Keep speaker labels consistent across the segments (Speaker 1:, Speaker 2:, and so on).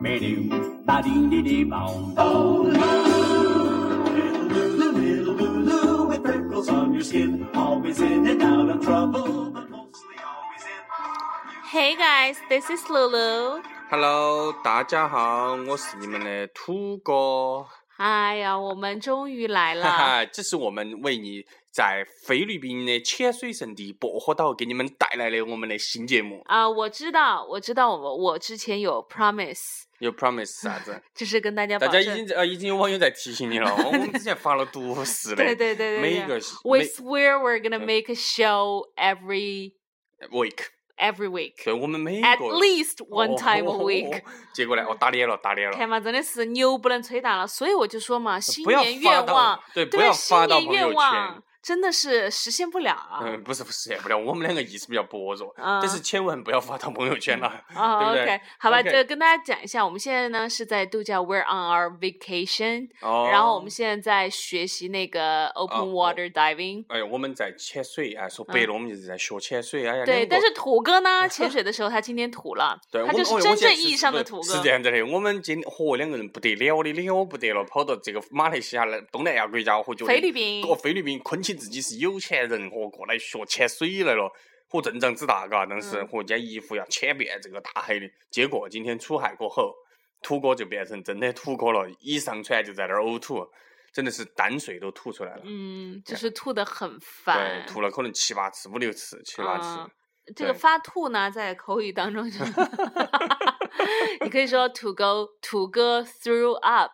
Speaker 1: me do, ba dee dee dee boom. Oh, Lou, little Lulu, little Lulu, with freckles on your skin, always in and out of trouble, but mostly always in.
Speaker 2: Hey guys, this is Lulu.
Speaker 3: Hello，大家好，我是你们的土 哥，
Speaker 2: 哎呀，我们终于来
Speaker 3: 哈
Speaker 2: 了。
Speaker 3: 哈，这是我们为你在菲律宾的潜水圣地薄荷岛给你们带来的我们的新节目。
Speaker 2: 啊、我知道，我知道我，我之前有 promise，
Speaker 3: 有 promise 啥 子？
Speaker 2: 就是跟大家
Speaker 3: 大
Speaker 2: 保
Speaker 3: 家
Speaker 2: 证，
Speaker 3: 已经在呃已经有网友在提醒你 了，我们之前发了毒誓的，
Speaker 2: 对对对对对，
Speaker 3: 每一个是
Speaker 2: We
Speaker 3: 每
Speaker 2: swear we're gonna make a show every
Speaker 3: week，
Speaker 2: every week,
Speaker 3: 对我们每一个
Speaker 2: at least one time a
Speaker 3: 哦
Speaker 2: week。
Speaker 3: 结果呢，哦打脸了，打 脸了。
Speaker 2: 看嘛，真的是牛不能吹大了，所以我就说嘛，新
Speaker 3: 不要
Speaker 2: 年
Speaker 3: 发
Speaker 2: 愿
Speaker 3: 到
Speaker 2: 望，
Speaker 3: 对
Speaker 2: 对
Speaker 3: 不要
Speaker 2: 新
Speaker 3: 发到
Speaker 2: 年
Speaker 3: 朋友
Speaker 2: 愿
Speaker 3: 圈
Speaker 2: 望。真的是实现不了啊！
Speaker 3: 嗯，不是不是，不了，我们两个意识比较薄弱，
Speaker 2: 啊
Speaker 3: 但是千万不要发到朋友圈了。
Speaker 2: 哦、
Speaker 3: 对不
Speaker 2: o
Speaker 3: 对
Speaker 2: k 好吧
Speaker 3: OK
Speaker 2: 这跟大家讲一下，我们现在呢是在度假，We're on our vacation，、
Speaker 3: 哦，
Speaker 2: 然后我们现在在学习那个 open
Speaker 3: 哦
Speaker 2: water diving、
Speaker 3: 哎，我们在潜水，哎，说白了，我们就是在学潜水。哎呀，
Speaker 2: 嗯对，
Speaker 3: 两个
Speaker 2: 但是土哥呢，潜水的时候他今天吐了，
Speaker 3: 对，
Speaker 2: 他
Speaker 3: 我
Speaker 2: 就
Speaker 3: 们
Speaker 2: 是
Speaker 3: 哦
Speaker 2: 真
Speaker 3: 我
Speaker 2: 正
Speaker 3: 现在
Speaker 2: 意
Speaker 3: 是
Speaker 2: 义上的
Speaker 3: 是
Speaker 2: 土
Speaker 3: 是
Speaker 2: 哥
Speaker 3: 这。样子的，我们今嚯两个人不得了的了不得了，跑到这个马来西亚来东南亚国家，嚯，觉得
Speaker 2: 菲律宾
Speaker 3: 哦，菲律宾，昆起自己是有钱人，嚯，过来学潜水来了。嚯，阵仗之大，嘎，当时
Speaker 2: 嗯
Speaker 3: 嚯，人家一副要潜遍这个大海的，结果今天出海过后，土哥就变成真的土哥了，一上船就在那儿呕吐，真的是淡水都吐出来了，
Speaker 2: 嗯，就是吐的很
Speaker 3: 对
Speaker 2: 烦，，
Speaker 3: 吐了可能七八次、五六次、七八次。
Speaker 2: 嗯这个
Speaker 3: 对
Speaker 2: 发吐呢，在口语当中就是，你可以说 to go to go through up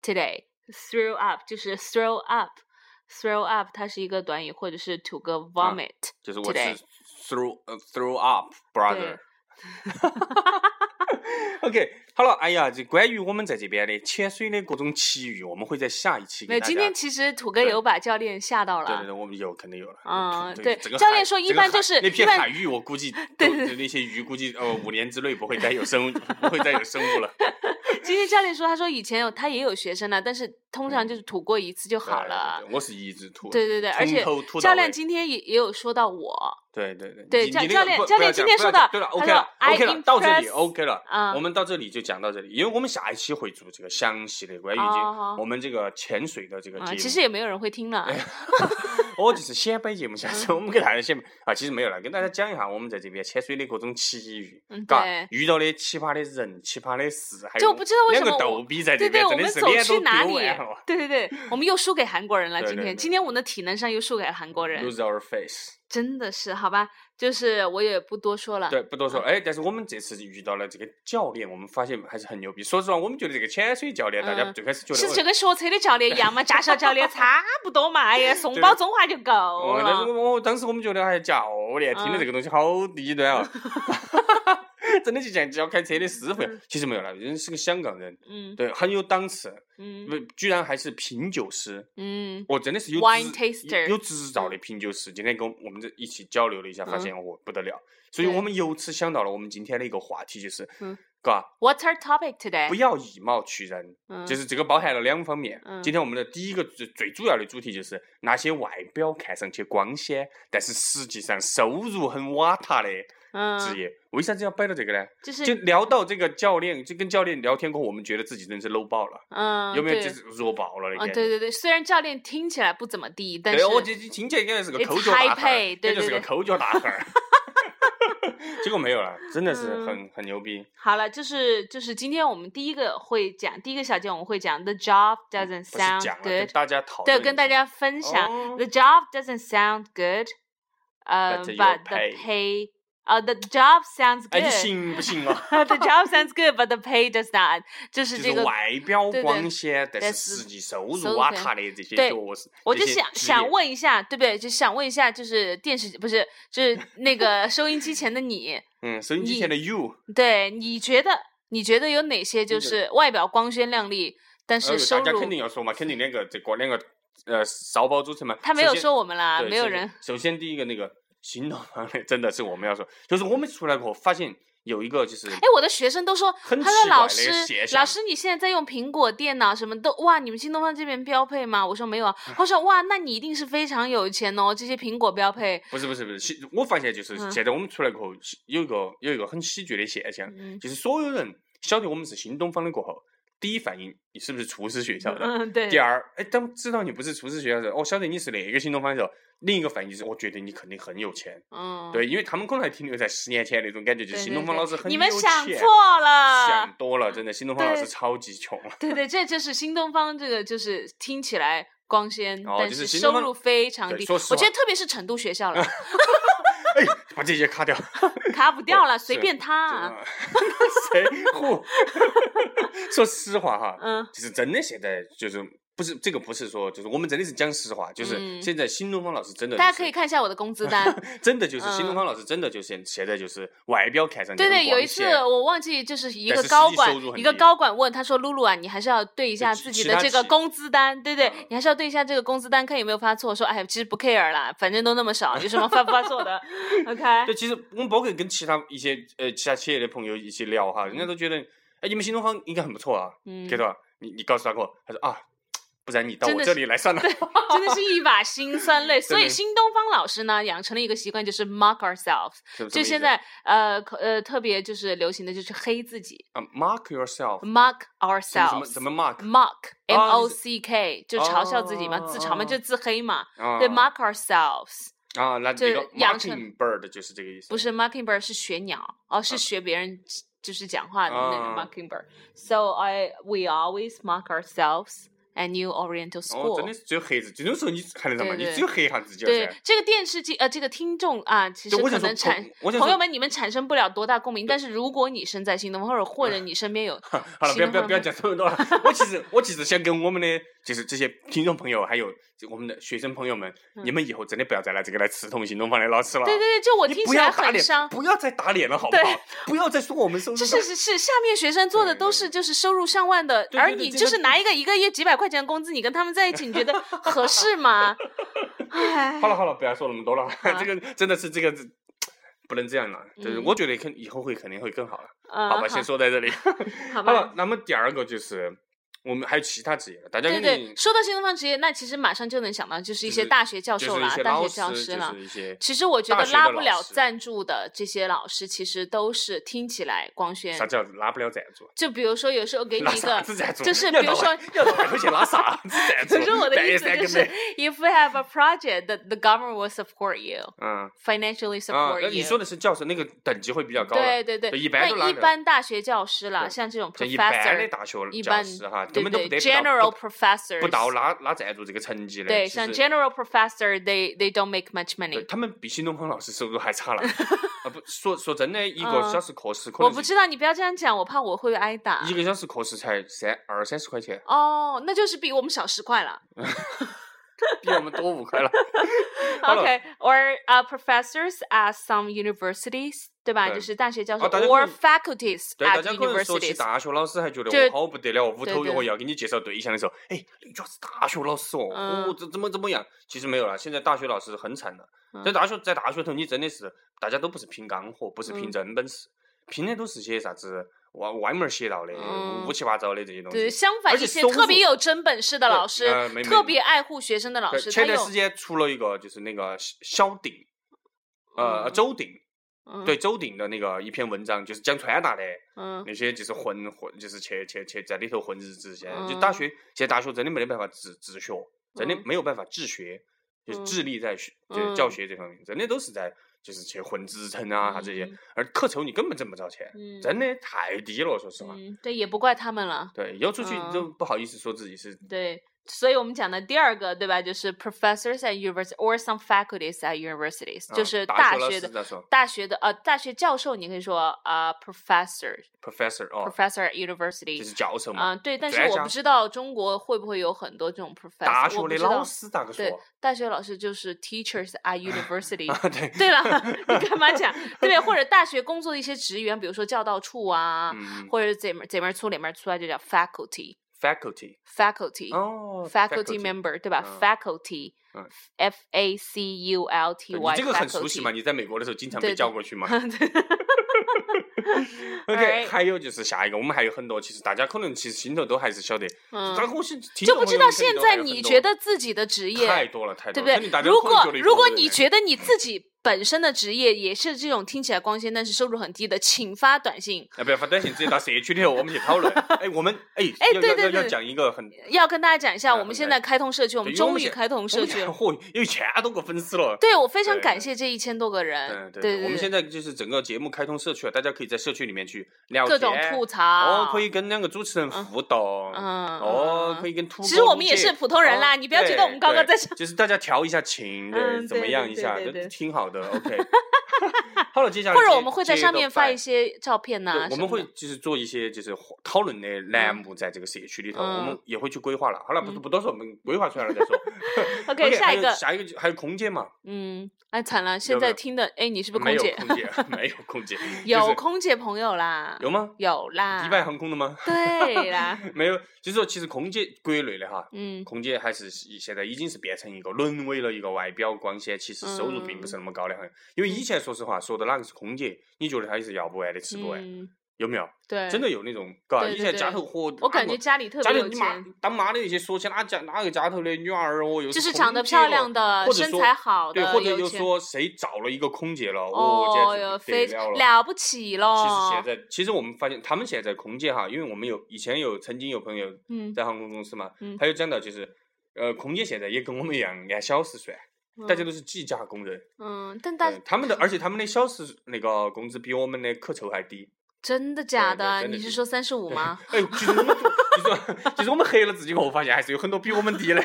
Speaker 2: today，through up 就是 throw up，throw up 它是一个短语，或者是 to
Speaker 3: 啊
Speaker 2: go vomit，、
Speaker 3: 就是我
Speaker 2: today
Speaker 3: 是 throw 呃 throw up brother
Speaker 2: 对。
Speaker 3: OK，好了，哎呀，这关于我们在这边的潜水的各种奇遇，我们会在下一期
Speaker 2: 没
Speaker 3: 给
Speaker 2: 有，
Speaker 3: 大家。
Speaker 2: 今天其实土哥
Speaker 3: 对
Speaker 2: 有把教练吓到
Speaker 3: 对对对，
Speaker 2: 了，
Speaker 3: 我们有肯定有了。
Speaker 2: 嗯对
Speaker 3: 对这个
Speaker 2: 教
Speaker 3: 海
Speaker 2: 练说一
Speaker 3: 这个
Speaker 2: 般就
Speaker 3: 海
Speaker 2: 是
Speaker 3: 那
Speaker 2: 一
Speaker 3: 片
Speaker 2: 般
Speaker 3: 海域，我估计
Speaker 2: 对
Speaker 3: 都
Speaker 2: 对
Speaker 3: 那些鱼估计呃五年之内不会再有生物，不会再有生物了。
Speaker 2: 今天教练说，他说以前有他也有学生呢，但是通常就是吐过一次就 好
Speaker 3: 嗯对
Speaker 2: 了。
Speaker 3: 对对我是一直吐。
Speaker 2: 对对对，而
Speaker 3: 从
Speaker 2: 且
Speaker 3: 头吐到
Speaker 2: 教练
Speaker 3: 尾
Speaker 2: 今天也也有说到我，
Speaker 3: 对对对，
Speaker 2: 对
Speaker 3: 你
Speaker 2: 教
Speaker 3: 你那
Speaker 2: 教
Speaker 3: 个
Speaker 2: 练教
Speaker 3: 不不要
Speaker 2: 练今
Speaker 3: 讲
Speaker 2: 天
Speaker 3: 不
Speaker 2: 说
Speaker 3: 要
Speaker 2: 的
Speaker 3: 讲对了
Speaker 2: 他
Speaker 3: ，OK
Speaker 2: 说
Speaker 3: 了
Speaker 2: "I
Speaker 3: ，OK 了，到这里
Speaker 2: impress-"
Speaker 3: OK 了
Speaker 2: 啊，
Speaker 3: 我们到这里就讲到这里，因为我们下一期会做这个详细的关于
Speaker 2: 哦
Speaker 3: 这我们这个潜水的这个节
Speaker 2: 啊，
Speaker 3: 目。
Speaker 2: 其实也没有人会听 了。
Speaker 3: 我就是先摆节目下
Speaker 2: 嗯
Speaker 3: 去，我们给大家先啊，其实没有了，跟大家讲一下我们在这边潜水的各种奇遇
Speaker 2: 嗯，
Speaker 3: 嘎
Speaker 2: 对，
Speaker 3: 遇到的奇葩的人、奇葩的事，还
Speaker 2: 就
Speaker 3: 有
Speaker 2: 不知道为什
Speaker 3: 两
Speaker 2: 么
Speaker 3: 个
Speaker 2: 我
Speaker 3: 逗比在
Speaker 2: 对对，
Speaker 3: 这边
Speaker 2: 我
Speaker 3: 真
Speaker 2: 们
Speaker 3: 的是
Speaker 2: 走
Speaker 3: 脸
Speaker 2: 去
Speaker 3: 都
Speaker 2: 哪
Speaker 3: 丢
Speaker 2: 里啊
Speaker 3: 完 了？。哦
Speaker 2: 对对对，我们又输给韩国人了。
Speaker 3: 对
Speaker 2: 今
Speaker 3: 对
Speaker 2: 天，
Speaker 3: 对
Speaker 2: 今天我们的体能上又输给韩国人，
Speaker 3: Lose our face。
Speaker 2: 真的是好吧？就是我也不多说了。
Speaker 3: 对，不多说。
Speaker 2: 啊
Speaker 3: 哎，但是我们这次遇到了这个教练，我们发现还是很牛逼。说实话，我们觉得这个潜水教练，大家
Speaker 2: 嗯
Speaker 3: 最开始觉得
Speaker 2: 是
Speaker 3: 哦
Speaker 2: 就跟学车的教练一样嘛，驾校教练 差不多嘛，哎呀，送
Speaker 3: 对
Speaker 2: 包中华就够啊
Speaker 3: 哦，但是
Speaker 2: 了。
Speaker 3: 我我当时我们觉得，哎，教练听的这个东西好低 端哦，真的就像教开车的师傅一样。其实没有啦，人是个香港人，
Speaker 2: 嗯
Speaker 3: 对，很有档次，
Speaker 2: 嗯
Speaker 3: 不，居然还是品酒师。
Speaker 2: 嗯，
Speaker 3: 我真的是有
Speaker 2: Wine
Speaker 3: 执
Speaker 2: taster
Speaker 3: 有执照的品酒师。今天跟我们这一起交流了一下，发
Speaker 2: 嗯
Speaker 3: 现我不得了，所以我
Speaker 2: 对
Speaker 3: 们由此想到了我们今天的一个话题，就是
Speaker 2: 嗯，
Speaker 3: 嘎，
Speaker 2: What's our topic today？
Speaker 3: 不要以貌取人，
Speaker 2: 嗯
Speaker 3: 就是这个包含了两方面。
Speaker 2: 嗯
Speaker 3: 今天我们的第一个最最主要的主题就是那些外表看上去光鲜，但是实际上收入很瓦塔的职
Speaker 2: 嗯，
Speaker 3: 业，为啥子要摆到这个呢？
Speaker 2: 就
Speaker 3: 就是聊到这个教练，就跟教练聊天过后，我们觉得自己真是 low 爆了，
Speaker 2: 嗯，
Speaker 3: 有没有
Speaker 2: 对
Speaker 3: 就是弱爆了的
Speaker 2: 嗯，
Speaker 3: 感
Speaker 2: 对
Speaker 3: 觉？
Speaker 2: 对对，虽然教练听起来不怎么地，但
Speaker 3: 对，
Speaker 2: 是
Speaker 3: 我就听起来感觉是个
Speaker 2: It's
Speaker 3: 抠脚大
Speaker 2: high
Speaker 3: 汉儿
Speaker 2: pay，，对
Speaker 3: 感觉
Speaker 2: 对
Speaker 3: 是个
Speaker 2: 对
Speaker 3: 抠脚大汉 儿。结果没有了，真的是
Speaker 2: 嗯
Speaker 3: 很很牛逼。
Speaker 2: 好了，就是就是今天我们第一个会讲第一个小节，我们会讲 The job doesn't
Speaker 3: 不是
Speaker 2: sound
Speaker 3: 讲了，跟
Speaker 2: good，
Speaker 3: 大家讨论
Speaker 2: 对，
Speaker 3: 一下，
Speaker 2: 跟大家分享、
Speaker 3: 哦
Speaker 2: The job doesn't sound good，呃、
Speaker 3: But your
Speaker 2: but the
Speaker 3: pay.
Speaker 2: pay，呃、t h e job sounds
Speaker 3: 哎，
Speaker 2: good，
Speaker 3: 你行不行啊？
Speaker 2: the job sounds good, but the pay does not，就是
Speaker 3: 就
Speaker 2: 这
Speaker 3: 是
Speaker 2: 个。
Speaker 3: 外表
Speaker 2: 对对
Speaker 3: 光鲜，但
Speaker 2: 但
Speaker 3: 是
Speaker 2: 是
Speaker 3: 实际收
Speaker 2: 收
Speaker 3: 入
Speaker 2: 入
Speaker 3: 瓦
Speaker 2: 非
Speaker 3: 塔的这些
Speaker 2: 对
Speaker 3: 角色，
Speaker 2: 我
Speaker 3: 这
Speaker 2: 就
Speaker 3: 些
Speaker 2: 想
Speaker 3: 职
Speaker 2: 想
Speaker 3: 业，
Speaker 2: 问一下，对不对？就想问一下，就是电视不是，就是那个收音机前的你，
Speaker 3: 嗯，收音机前的 you，
Speaker 2: 对，你觉得你觉得有哪些就
Speaker 3: 那个
Speaker 2: 是外表光鲜亮丽，但
Speaker 3: 哎
Speaker 2: 是
Speaker 3: 呦
Speaker 2: 收
Speaker 3: 大家
Speaker 2: 入
Speaker 3: 肯定要说嘛，肯定两个这个两个呃骚包主持人嘛，
Speaker 2: 他没
Speaker 3: 首
Speaker 2: 有
Speaker 3: 先
Speaker 2: 说我们啦，
Speaker 3: 对
Speaker 2: 没有
Speaker 3: 首先
Speaker 2: 人，
Speaker 3: 首先第一个那个行动方面， 真的是我们要说，就是我们出来过后发现有一个就是，
Speaker 2: 哎，我的学生都说，他
Speaker 3: 很
Speaker 2: 说
Speaker 3: 奇
Speaker 2: 老
Speaker 3: 怪的
Speaker 2: 师
Speaker 3: 现，象
Speaker 2: 老师你现在在用苹果电脑什么都哇，你们新东方这边标配吗？我说没有啊，
Speaker 3: 嗯
Speaker 2: 他说哇，那你一定是非常有钱哦，这些苹果标配，
Speaker 3: 不是不是不是，喜我发现就是
Speaker 2: 嗯
Speaker 3: 现在我们出来过后，喜有一个有一个很喜剧的现象，
Speaker 2: 嗯
Speaker 3: 就是所有人晓得我们是新东方的过后，第一反应你是不是厨师学校的？
Speaker 2: 嗯，对。
Speaker 3: 第二，哎，当知道你不是厨师学校的时候，哦，晓得你是哪一个新东方的时候，另一个反应就是，我觉得你肯定很有钱。
Speaker 2: 嗯，
Speaker 3: 对，因为他们可能还停留在十年前那种感觉，就
Speaker 2: 对
Speaker 3: 是新
Speaker 2: 对
Speaker 3: 东方
Speaker 2: 对
Speaker 3: 老师很
Speaker 2: 你们
Speaker 3: 有
Speaker 2: 想
Speaker 3: 钱
Speaker 2: 错了，
Speaker 3: 想多了，真的，新东方老师
Speaker 2: 对
Speaker 3: 超级穷。
Speaker 2: 对对，这就是新东方，这个就是听起来光鲜，
Speaker 3: 哦
Speaker 2: 但
Speaker 3: 就是是新
Speaker 2: 收
Speaker 3: 东方
Speaker 2: 入非常
Speaker 3: 对
Speaker 2: 低。
Speaker 3: 说实
Speaker 2: 我觉
Speaker 3: 话
Speaker 2: 得特别是成都学 校了，
Speaker 3: 哎，把这节卡掉。
Speaker 2: 卡不掉了，
Speaker 3: 是
Speaker 2: 随便他啊。
Speaker 3: 谁 嚯？ 说实话哈，
Speaker 2: 嗯，
Speaker 3: 就是真的现在就是不是这个不是说就是我们真的是讲实话，就是
Speaker 2: 嗯
Speaker 3: 现在新东方老师真的、就是，
Speaker 2: 大家可以看一下我的工资 单。
Speaker 3: 真的就是新
Speaker 2: 嗯
Speaker 3: 东方老师真的就是现在就是外表看上去
Speaker 2: 对
Speaker 3: 很
Speaker 2: 对，有一
Speaker 3: 光
Speaker 2: 次
Speaker 3: 鲜
Speaker 2: 我忘记，就是一
Speaker 3: 但
Speaker 2: 个
Speaker 3: 是实
Speaker 2: 高
Speaker 3: 际
Speaker 2: 管
Speaker 3: 收入，很
Speaker 2: 一个
Speaker 3: 低
Speaker 2: 高管问他说：“露露啊，你还是要对一下
Speaker 3: 其
Speaker 2: 自己
Speaker 3: 其
Speaker 2: 的
Speaker 3: 他
Speaker 2: 这个
Speaker 3: 企
Speaker 2: 工资单，对对
Speaker 3: 嗯，
Speaker 2: 你还是要对一下这个工资单，看有没有发错。”说：“哎呀，其实不 care 啦，反正都那么少，有什么发不发错 的？OK，
Speaker 3: 对，其实我们包括跟其他一些呃其他企业的朋友一起聊哈，人家都觉得，哎，你们新东方应该很不错啊，
Speaker 2: 嗯，
Speaker 3: 给到你你告诉他过，他说啊，不然你到
Speaker 2: 真
Speaker 3: 我
Speaker 2: 的
Speaker 3: 这
Speaker 2: 是
Speaker 3: 里来算了。
Speaker 2: 真的是一把辛酸 泪。所
Speaker 3: 对
Speaker 2: 以
Speaker 3: 对
Speaker 2: 新东方老师呢，养成了一个习惯，就是 mock ourselves，
Speaker 3: 什么
Speaker 2: 就现，在呃可呃特别就是流行的就是黑自己
Speaker 3: 什么意思啊，mark yourself，
Speaker 2: ，mock
Speaker 3: 什
Speaker 2: ourselves
Speaker 3: 么什么怎。么 mark？
Speaker 2: mock m
Speaker 3: 哦
Speaker 2: o
Speaker 3: 就是
Speaker 2: c k 就嘲笑自己嘛，自嘲嘛，
Speaker 3: 哦
Speaker 2: 就自黑嘛。
Speaker 3: 啊
Speaker 2: 对，mark ourselves
Speaker 3: 啊，那
Speaker 2: 就
Speaker 3: 这个
Speaker 2: 是养成
Speaker 3: mockingbird 就是这个意思。
Speaker 2: 不是 mockingbird 是学鸟，哦，是学别人就是讲话的那种
Speaker 3: 嗯啊
Speaker 2: mockingbird。So I we always mock ourselves at New Oriental
Speaker 3: 哦，
Speaker 2: School
Speaker 3: 真的。是只有黑子，这种时候你看得到嘛？
Speaker 2: 对
Speaker 3: 你
Speaker 2: 对
Speaker 3: 只有黑下自己了
Speaker 2: 对
Speaker 3: 噻。
Speaker 2: 这个电视剧呃，这个听众啊，其实
Speaker 3: 啊对，我
Speaker 2: 可
Speaker 3: 想说
Speaker 2: 能产
Speaker 3: 朋，我想
Speaker 2: 朋友
Speaker 3: 说，
Speaker 2: 们，你们产生不了多大共鸣，但是如果你身在新东方，或者或者你身边有
Speaker 3: 嗯 好了，不要
Speaker 2: 新
Speaker 3: 不要
Speaker 2: 朋
Speaker 3: 不要
Speaker 2: 友
Speaker 3: 讲这么多了。 我其实我其实想跟我们的就是这些听众朋友，还有就我们的学生朋友们，你们以后真的不要再拿这个来刺痛新东方的老师了。
Speaker 2: 嗯对对对，就我
Speaker 3: 你
Speaker 2: 听
Speaker 3: 不
Speaker 2: 起
Speaker 3: 要
Speaker 2: 来
Speaker 3: 打
Speaker 2: 很
Speaker 3: 脸
Speaker 2: 伤，
Speaker 3: 不要再打脸了，好不好？ 不要再说我们收入
Speaker 2: 就是是是，下面学生做的都是就是收入上万的，
Speaker 3: 对
Speaker 2: 而
Speaker 3: 对
Speaker 2: 你
Speaker 3: 这
Speaker 2: 就
Speaker 3: 个
Speaker 2: 是拿一个一个月几百块钱的工资，你跟他们在一起，你觉得合适 吗？哎
Speaker 3: 好，了好了，不要说那么多了， 这个真的是这个是不能这样了。就是
Speaker 2: 啊嗯
Speaker 3: 我觉得肯以后会肯定会更好了。
Speaker 2: 嗯
Speaker 3: 好吧，先说在这里。
Speaker 2: 好
Speaker 3: 好
Speaker 2: 吧
Speaker 3: 了。，那么第二个就是我们还有其他职业了，大家
Speaker 2: 对
Speaker 3: 肯
Speaker 2: 对
Speaker 3: 定，
Speaker 2: 说到新东方职业，那其实马上就能想到就是一
Speaker 3: 就
Speaker 2: 些
Speaker 3: 是
Speaker 2: 大学教
Speaker 3: 就
Speaker 2: 授
Speaker 3: 是
Speaker 2: 啦
Speaker 3: 一些，
Speaker 2: 大
Speaker 3: 老
Speaker 2: 学
Speaker 3: 师
Speaker 2: 教师啦
Speaker 3: 就。是一些
Speaker 2: 其实我觉
Speaker 3: 大
Speaker 2: 得
Speaker 3: 学
Speaker 2: 拉
Speaker 3: 的
Speaker 2: 不
Speaker 3: 老
Speaker 2: 了
Speaker 3: 师
Speaker 2: 赞助的这些老师，其实都是听起来光鲜
Speaker 3: 啥。叫拿不了赞助？
Speaker 2: 就比如说，有时候 给你
Speaker 3: 拿
Speaker 2: 一
Speaker 3: 啥
Speaker 2: 个
Speaker 3: 子赞助？
Speaker 2: 就是
Speaker 3: 要
Speaker 2: 比如
Speaker 3: 拿
Speaker 2: 说
Speaker 3: 要拿外头去拿啥子赞助？
Speaker 2: 可是我的意思
Speaker 3: 半夜
Speaker 2: 就
Speaker 3: 三
Speaker 2: 是
Speaker 3: 更的
Speaker 2: ，if we have a project, the the government will support you,
Speaker 3: 嗯
Speaker 2: financially
Speaker 3: 啊，
Speaker 2: support
Speaker 3: 那
Speaker 2: you。
Speaker 3: 你说的是教授那个等级会比较高了，
Speaker 2: 对对对，
Speaker 3: 就一般都拿
Speaker 2: 那一
Speaker 3: 着
Speaker 2: 般大学教师啦，
Speaker 3: 对
Speaker 2: 像这种
Speaker 3: 像一般的
Speaker 2: professor，
Speaker 3: 大学
Speaker 2: 一
Speaker 3: 教
Speaker 2: 般
Speaker 3: 师哈，根
Speaker 2: 对
Speaker 3: 本都
Speaker 2: 对
Speaker 3: 不得不到
Speaker 2: ，general
Speaker 3: 不
Speaker 2: professors
Speaker 3: 不到拿拿赞助这个成绩的。
Speaker 2: 对，
Speaker 3: 其
Speaker 2: 像
Speaker 3: 实
Speaker 2: general professor，they they don't make much
Speaker 3: 对
Speaker 2: money。
Speaker 3: 他们比新东方老师收入还 差了啊！不说说真的，一个
Speaker 2: 嗯
Speaker 3: 小时课时可
Speaker 2: 我
Speaker 3: 能
Speaker 2: 不
Speaker 3: 是
Speaker 2: 知道，你不要这样讲，我怕我会挨打
Speaker 3: 一。个小时课时才三二三十块钱，
Speaker 2: 哦，那就是比我们少十块了。
Speaker 3: 比我们多五块了。好了
Speaker 2: Okay, or uh, professors at some universities，对吧？
Speaker 3: 对
Speaker 2: 就是大学教授
Speaker 3: 哦大家可
Speaker 2: ，or
Speaker 3: 能
Speaker 2: faculties
Speaker 3: 对，大
Speaker 2: at
Speaker 3: 家可能说起
Speaker 2: universities。
Speaker 3: 大学老师还觉得
Speaker 2: 就是
Speaker 3: 我好不得了，屋
Speaker 2: 对
Speaker 3: 头
Speaker 2: 对
Speaker 3: 我要给你介绍对象的时候，哎，你居然是大学老师哦，
Speaker 2: 嗯
Speaker 3: 哦，怎怎么怎么样？其实没有了，现在大学老师很惨的
Speaker 2: 嗯，
Speaker 3: 在大学在大学头，你真的是大家都不是拼干货，不是拼
Speaker 2: 嗯
Speaker 3: 真本事，拼的都是些啥子歪歪门邪道的、
Speaker 2: 嗯
Speaker 3: 乌七八糟的这些东
Speaker 2: 对，
Speaker 3: 西。
Speaker 2: 相反
Speaker 3: 而
Speaker 2: 一
Speaker 3: 且
Speaker 2: 些
Speaker 3: 收
Speaker 2: 特别
Speaker 3: 入
Speaker 2: 有真本事的
Speaker 3: 对
Speaker 2: 老师，
Speaker 3: 呃没没
Speaker 2: 特别爱护学生的老
Speaker 3: 对
Speaker 2: 师，他
Speaker 3: 前段
Speaker 2: 有
Speaker 3: 时间出了一个就是那个小小鼎，呃，
Speaker 2: 嗯
Speaker 3: 周鼎，
Speaker 2: 嗯
Speaker 3: 对周鼎的那个一篇文章，就是讲川大的。
Speaker 2: 嗯
Speaker 3: 那些就是混混，就是去去去在里头混日子。现在就大学，现在大学真的没得办法自自学，真的
Speaker 2: 嗯
Speaker 3: 没有办法自学，就是
Speaker 2: 嗯
Speaker 3: 智力在学，就是教学这方面，真的都是在就是去混职称啊啥这些
Speaker 2: 嗯，
Speaker 3: 而课酬你根本挣不着钱，
Speaker 2: 嗯，
Speaker 3: 真的太低了，说实话。
Speaker 2: 嗯，对，也不怪他们了。
Speaker 3: 对，要出去
Speaker 2: 嗯
Speaker 3: 都不好意思说自己是
Speaker 2: 对，所以我们讲的第二个，对吧？就是 professors at university or some faculties at universities，、
Speaker 3: 啊
Speaker 2: 就是
Speaker 3: 大
Speaker 2: 学
Speaker 3: 老师
Speaker 2: 的
Speaker 3: 在说
Speaker 2: 大学的呃大学教授，你可以说啊、professor
Speaker 3: professor 哦，
Speaker 2: professor at
Speaker 3: 就
Speaker 2: university，
Speaker 3: 是教授
Speaker 2: 啊、
Speaker 3: 嘛。
Speaker 2: 对，但是
Speaker 3: 专
Speaker 2: 我
Speaker 3: 家
Speaker 2: 不知道中国会不会有很多这种 professor，
Speaker 3: 大
Speaker 2: 我
Speaker 3: 学
Speaker 2: 不
Speaker 3: 的
Speaker 2: 知
Speaker 3: 老
Speaker 2: 道
Speaker 3: 师咋个说
Speaker 2: 对？大学老师就是 teachers at university
Speaker 3: 啊，。对，
Speaker 2: 对了， 你干嘛讲？ 对不对？或者大学工作的一些职员，比如说教导处啊，
Speaker 3: 嗯
Speaker 2: 或者怎么怎么出里面出来就叫 faculty
Speaker 3: ，faculty
Speaker 2: faculty、
Speaker 3: 哦
Speaker 2: faculty member 对吧、
Speaker 3: 嗯
Speaker 2: f a c u l t y
Speaker 3: 嗯
Speaker 2: f a c u l t
Speaker 3: 对
Speaker 2: y
Speaker 3: 你这个很熟悉嘛？
Speaker 2: ？faculty
Speaker 3: 你在美国的时候经常
Speaker 2: 对
Speaker 3: 被
Speaker 2: 对
Speaker 3: 叫过 去嘛？
Speaker 2: Alright
Speaker 3: OK，还有就是下一个，我们还有很多，其实大家可能其实心头都还是晓得，但
Speaker 2: 嗯，
Speaker 3: 我是听
Speaker 2: 就
Speaker 3: 众
Speaker 2: 不
Speaker 3: 朋
Speaker 2: 知
Speaker 3: 友
Speaker 2: 道
Speaker 3: 们肯定
Speaker 2: 现
Speaker 3: 都还
Speaker 2: 在
Speaker 3: 有很
Speaker 2: 你
Speaker 3: 多
Speaker 2: 觉得自己的职
Speaker 3: 太
Speaker 2: 业
Speaker 3: 多了，太
Speaker 2: 对
Speaker 3: 多
Speaker 2: 不对
Speaker 3: 了，肯定大？家
Speaker 2: 如
Speaker 3: 都会
Speaker 2: 果
Speaker 3: 觉得有
Speaker 2: 如果
Speaker 3: 点
Speaker 2: 你
Speaker 3: 累
Speaker 2: 觉得你自己本身的职业也是这种听起来光鲜但是收入很低的，请发短信。
Speaker 3: 哎要不要发短信直接到社区里头，我们去讨论。哎，我们哎
Speaker 2: 哎
Speaker 3: 要
Speaker 2: 对
Speaker 3: 要
Speaker 2: 对
Speaker 3: 要要
Speaker 2: 对
Speaker 3: 讲一个很，对
Speaker 2: 要跟大家讲一下，
Speaker 3: 嗯
Speaker 2: 我们现在开通社区，我们
Speaker 3: 因为我
Speaker 2: 终于
Speaker 3: 现
Speaker 2: 开通社区
Speaker 3: 我们
Speaker 2: 了。
Speaker 3: 嚯，有一千多个粉丝了。
Speaker 2: 对，我非常
Speaker 3: 对
Speaker 2: 感
Speaker 3: 对
Speaker 2: 谢这一千多个人
Speaker 3: 嗯，。
Speaker 2: 对
Speaker 3: 对，我们现在就是整个节目开通社区了，大家可以在社区里面去聊
Speaker 2: 各种
Speaker 3: 天
Speaker 2: 吐槽，
Speaker 3: 哦，可以跟那个主持人互动，
Speaker 2: 啊嗯
Speaker 3: 哦
Speaker 2: 嗯，
Speaker 3: 可以跟突。
Speaker 2: 其实我们也是普通人啦
Speaker 3: 哦
Speaker 2: 你不要觉得我们
Speaker 3: 对
Speaker 2: 高高
Speaker 3: 对
Speaker 2: 在上
Speaker 3: 就是大家调一下情，对，
Speaker 2: 嗯
Speaker 3: 怎么
Speaker 2: 对
Speaker 3: 样
Speaker 2: 对
Speaker 3: 一
Speaker 2: 对
Speaker 3: 下，
Speaker 2: 对
Speaker 3: 都
Speaker 2: 对
Speaker 3: 挺好的。OK，好了，接下来
Speaker 2: 或者
Speaker 3: 接
Speaker 2: 我们会在
Speaker 3: 接
Speaker 2: 上
Speaker 3: 着
Speaker 2: 面发
Speaker 3: 摆
Speaker 2: 一些照片
Speaker 3: 对
Speaker 2: 呐、什
Speaker 3: 我们
Speaker 2: 么
Speaker 3: 会
Speaker 2: 的
Speaker 3: 就是做一些就是讨论的栏目，在这个社区里头，我们
Speaker 2: 嗯
Speaker 3: 也会去规划了。好了，不
Speaker 2: 嗯
Speaker 3: 不多说，我们规划出来了再说。
Speaker 2: OK，下
Speaker 3: 还
Speaker 2: 一
Speaker 3: 有
Speaker 2: 个
Speaker 3: 下一个就还有空姐嘛？
Speaker 2: 嗯，哎惨了，
Speaker 3: 有
Speaker 2: 现
Speaker 3: 没
Speaker 2: 在
Speaker 3: 有
Speaker 2: 听的哎，你是不是
Speaker 3: 没
Speaker 2: 空
Speaker 3: 有
Speaker 2: 姐？
Speaker 3: 空姐， 没有 空姐，
Speaker 2: 有
Speaker 3: 就是
Speaker 2: 空姐啊朋友啦，
Speaker 3: 有吗？
Speaker 2: 有啦，
Speaker 3: 迪拜航空的吗？
Speaker 2: 对啦，
Speaker 3: 没有，就是说其实空姐国内的哈，
Speaker 2: 嗯，
Speaker 3: 空姐还是现在已经是变成一个沦为了一个外表光鲜，其实收入并不
Speaker 2: 嗯
Speaker 3: 是那么高的行业。因为以前说实话，说的哪个是空姐，你觉得她也是要不完的吃不完，
Speaker 2: 嗯，
Speaker 3: 有没有？
Speaker 2: 对，
Speaker 3: 真的有那种，嘎，
Speaker 2: 对
Speaker 3: 以
Speaker 2: 对
Speaker 3: 前家
Speaker 2: 对
Speaker 3: 头火，
Speaker 2: 我感
Speaker 3: 哪
Speaker 2: 觉
Speaker 3: 个
Speaker 2: 家里特
Speaker 3: 家
Speaker 2: 别
Speaker 3: 里
Speaker 2: 有
Speaker 3: 你妈
Speaker 2: 钱，
Speaker 3: 当妈的那些说起哪家哪个家头的女儿哦，又
Speaker 2: 就是
Speaker 3: 空
Speaker 2: 长得
Speaker 3: 姐
Speaker 2: 漂
Speaker 3: 哦
Speaker 2: 亮的
Speaker 3: 或，者
Speaker 2: 身
Speaker 3: 说
Speaker 2: 材好
Speaker 3: 对，
Speaker 2: 的，
Speaker 3: 或者又
Speaker 2: 有钱。
Speaker 3: 说谁找了一个空姐了，哦，
Speaker 2: 哦
Speaker 3: 简直
Speaker 2: 哟，
Speaker 3: 不
Speaker 2: 非
Speaker 3: 得了了。
Speaker 2: 了不起
Speaker 3: 其
Speaker 2: 喽！
Speaker 3: 实现在，其实我们发现他们现在空姐哈，因为我们有以前有曾经有朋友
Speaker 2: 嗯，
Speaker 3: 在航空公司嘛，
Speaker 2: 嗯
Speaker 3: 他就讲到就是，呃，空姐现在也跟我们一样按小时算，大家都是计价工人，
Speaker 2: 嗯，但大
Speaker 3: 对他们的而且他们的小时那个工资比我们的可愁 还低。
Speaker 2: 真的假
Speaker 3: 对
Speaker 2: 的？
Speaker 3: 真的
Speaker 2: 你是
Speaker 3: 是
Speaker 2: 说三十五 吗？
Speaker 3: 哎呦，其实我们其实其实我们黑了自己过后，发现还是有很多比我们低 的。